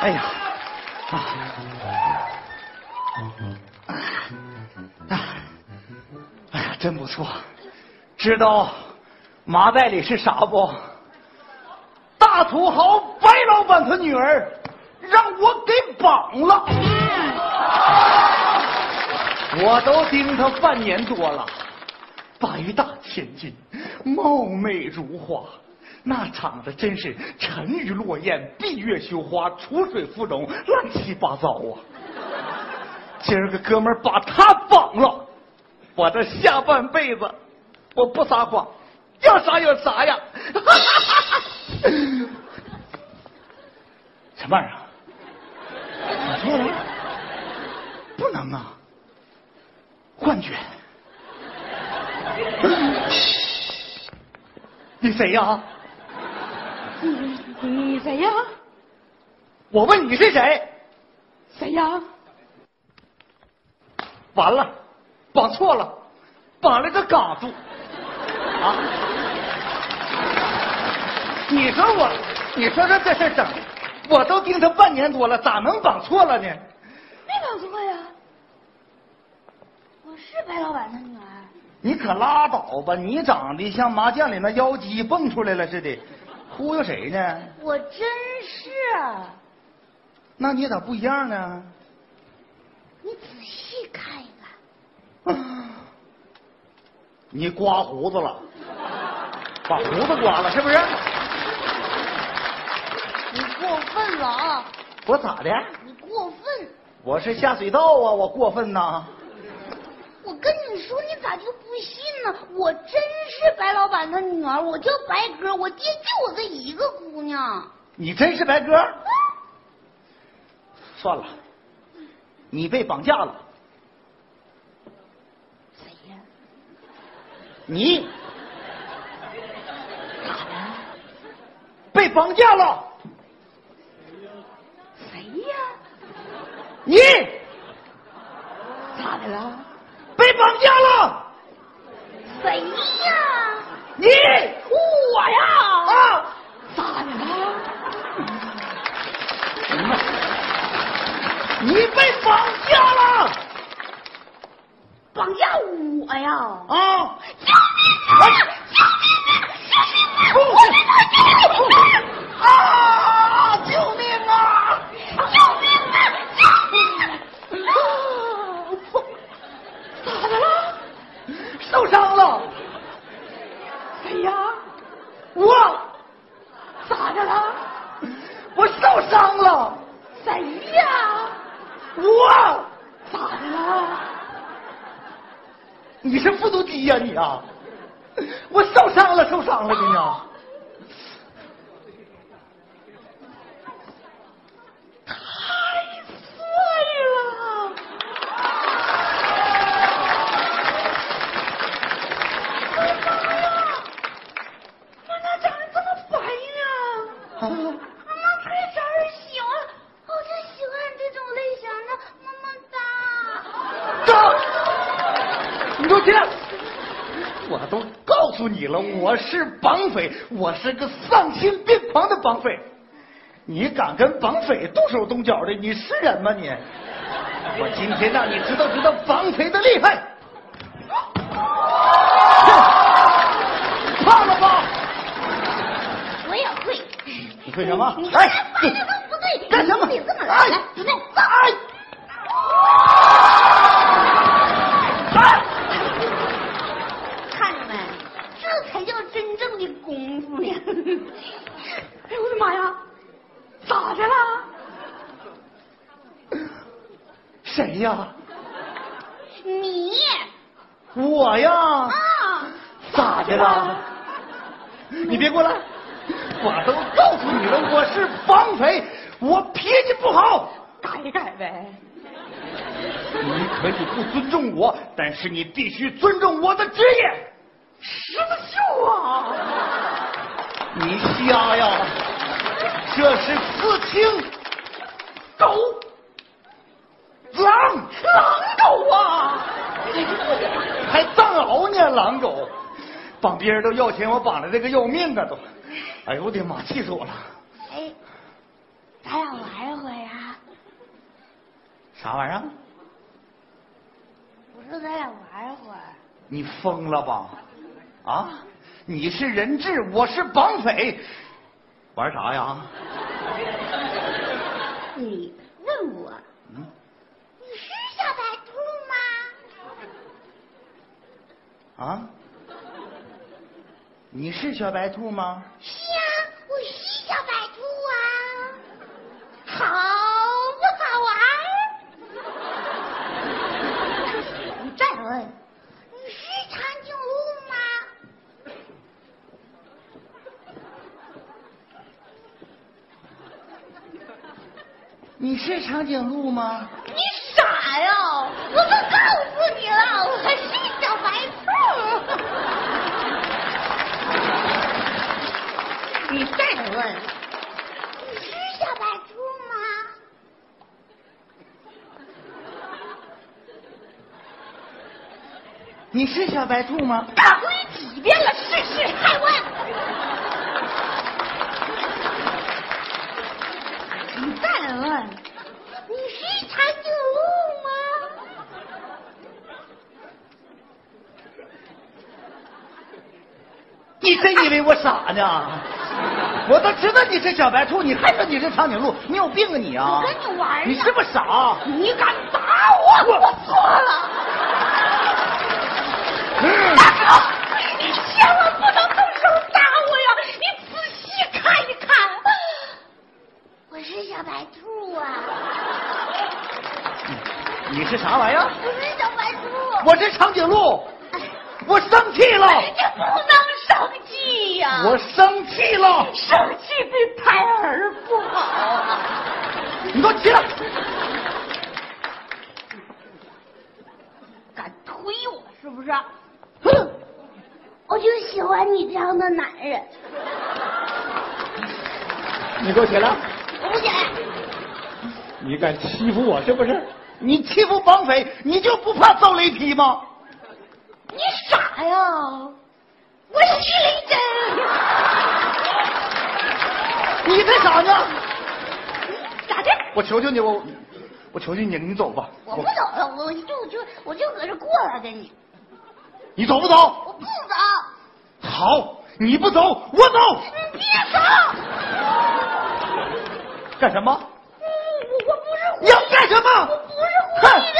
哎呀，啊啊！哎呀，真不错，知道麻袋里是啥不？大土豪白老板他女儿让我给绑了，我都盯他半年多了。大鱼大千金，貌美如花，那长得真是沉鱼落雁、闭月羞花、楚水芙蓉，乱七八糟啊！今儿个哥们儿把他绑了，我这下半辈子我不撒谎，要啥有啥呀！ 什么玩意 儿啊？我说了哎不能啊！幻觉。 你谁呀？你你谁呀？我问你是谁？谁呀？完了，绑错了，绑了个嘎子。啊！你说我，你说说这事儿整的，我都盯他半年多了，咋能绑错了呢？没搞错呀！我是白老板的女儿。你可拉倒吧！你长得像麻将里那妖姬蹦出来了似的，忽悠谁呢？我真是，啊那你咋不一样呢？你仔细看一看， 你刮胡子了，把胡子刮了是不是？你过分了啊！我咋的？你过分！我是下水道啊！我过分呐？我跟你说，你咋就不信呢？我真是白老板的女儿，我叫白鸽，我爹就我这一个姑娘。你真是白鸽？算了，你被绑架了。谁呀？你被绑架了。谁呀？你咋的了？被绑架了。谁呀？你我呀！啊！咋的了？你被绑架了绑架我呀！啊！救命啊！救命啊！救命啊！救命啊！啊！救命啊！救命啊！救命啊！咋的了？受伤了，谁呀？我咋的了？我受伤了，谁呀？我咋的了？你是复读机呀、你啊！我受伤了，受伤了，你啊呢？碎了！我妈呀！我咋长得这么白呀？啊，妈妈可以找人喜欢，我就喜欢这种类型的，么么哒。走，你给我进来！我都告诉你了，我是绑匪，我是个丧心病狂的绑匪。你敢跟绑匪动手动脚的，你是人吗你？我今天让你知道知道绑匪的厉害。胖了吧？我也会。你会什么？哎，这都不对，干什么你得这么来，来，准备，走。哎哎！看着没，这才叫真正的功夫呢。哎呦我的妈呀，咋的了？谁呀？你我呀？啊，咋的了？你别过来！我都告诉你了，我是绑匪，我脾气不好。改一改呗。你可以不尊重我，但是你必须尊重我的职业。师傅啊，啊你瞎呀？这是刺青，狗，狼，狼狗啊！还藏獒呢，狼狗，绑别人都要钱，我绑了这个要命啊都！哎呦我的妈，气死我了！哎，咱俩玩一会儿啊！啥玩意儿？我说咱俩玩一会儿。你疯了吧？啊，你是人质，我是绑匪，玩啥呀？你问我，嗯，你是小白兔吗？啊，你是小白兔吗？是啊，我是小白兔啊，好不好玩？你再问，你是长颈鹿吗？你是长颈鹿吗？你傻呀！我都告诉你了，我是小白兔。你再问，你是小白兔吗？你是小白兔吗？打过你几遍了，试试还问。你再问，你是长颈鹿吗？你真以为我傻呢？我都知道你是小白兔，你还说你是长颈鹿，你有病啊你啊！我跟你玩呢你是不是傻？你敢打我？我错了，嗯大哥，你千万不能动手打我呀！你仔细看一看，啊我是小白兔啊，你是啥玩意儿？我是小白兔。我是长颈鹿，哎我生气了，你不能生气呀、我生气了，生气对胎儿不好啊！你给我起来！敢推我是不是？ 哼！我就喜欢你这样的男人。你给我起来！我不行，你敢欺负我是不是？你欺负绑匪，你就不怕遭雷劈吗？你傻呀！我是雷震，你才傻呢！咋的？我求求你，我我求求你，你走吧。我不走了，我就我就我就搁这过来跟你，你走不走？我不走，好，你不走，我走。你别走。干什么？嗯，我我不是你要干什么？我不是故意哎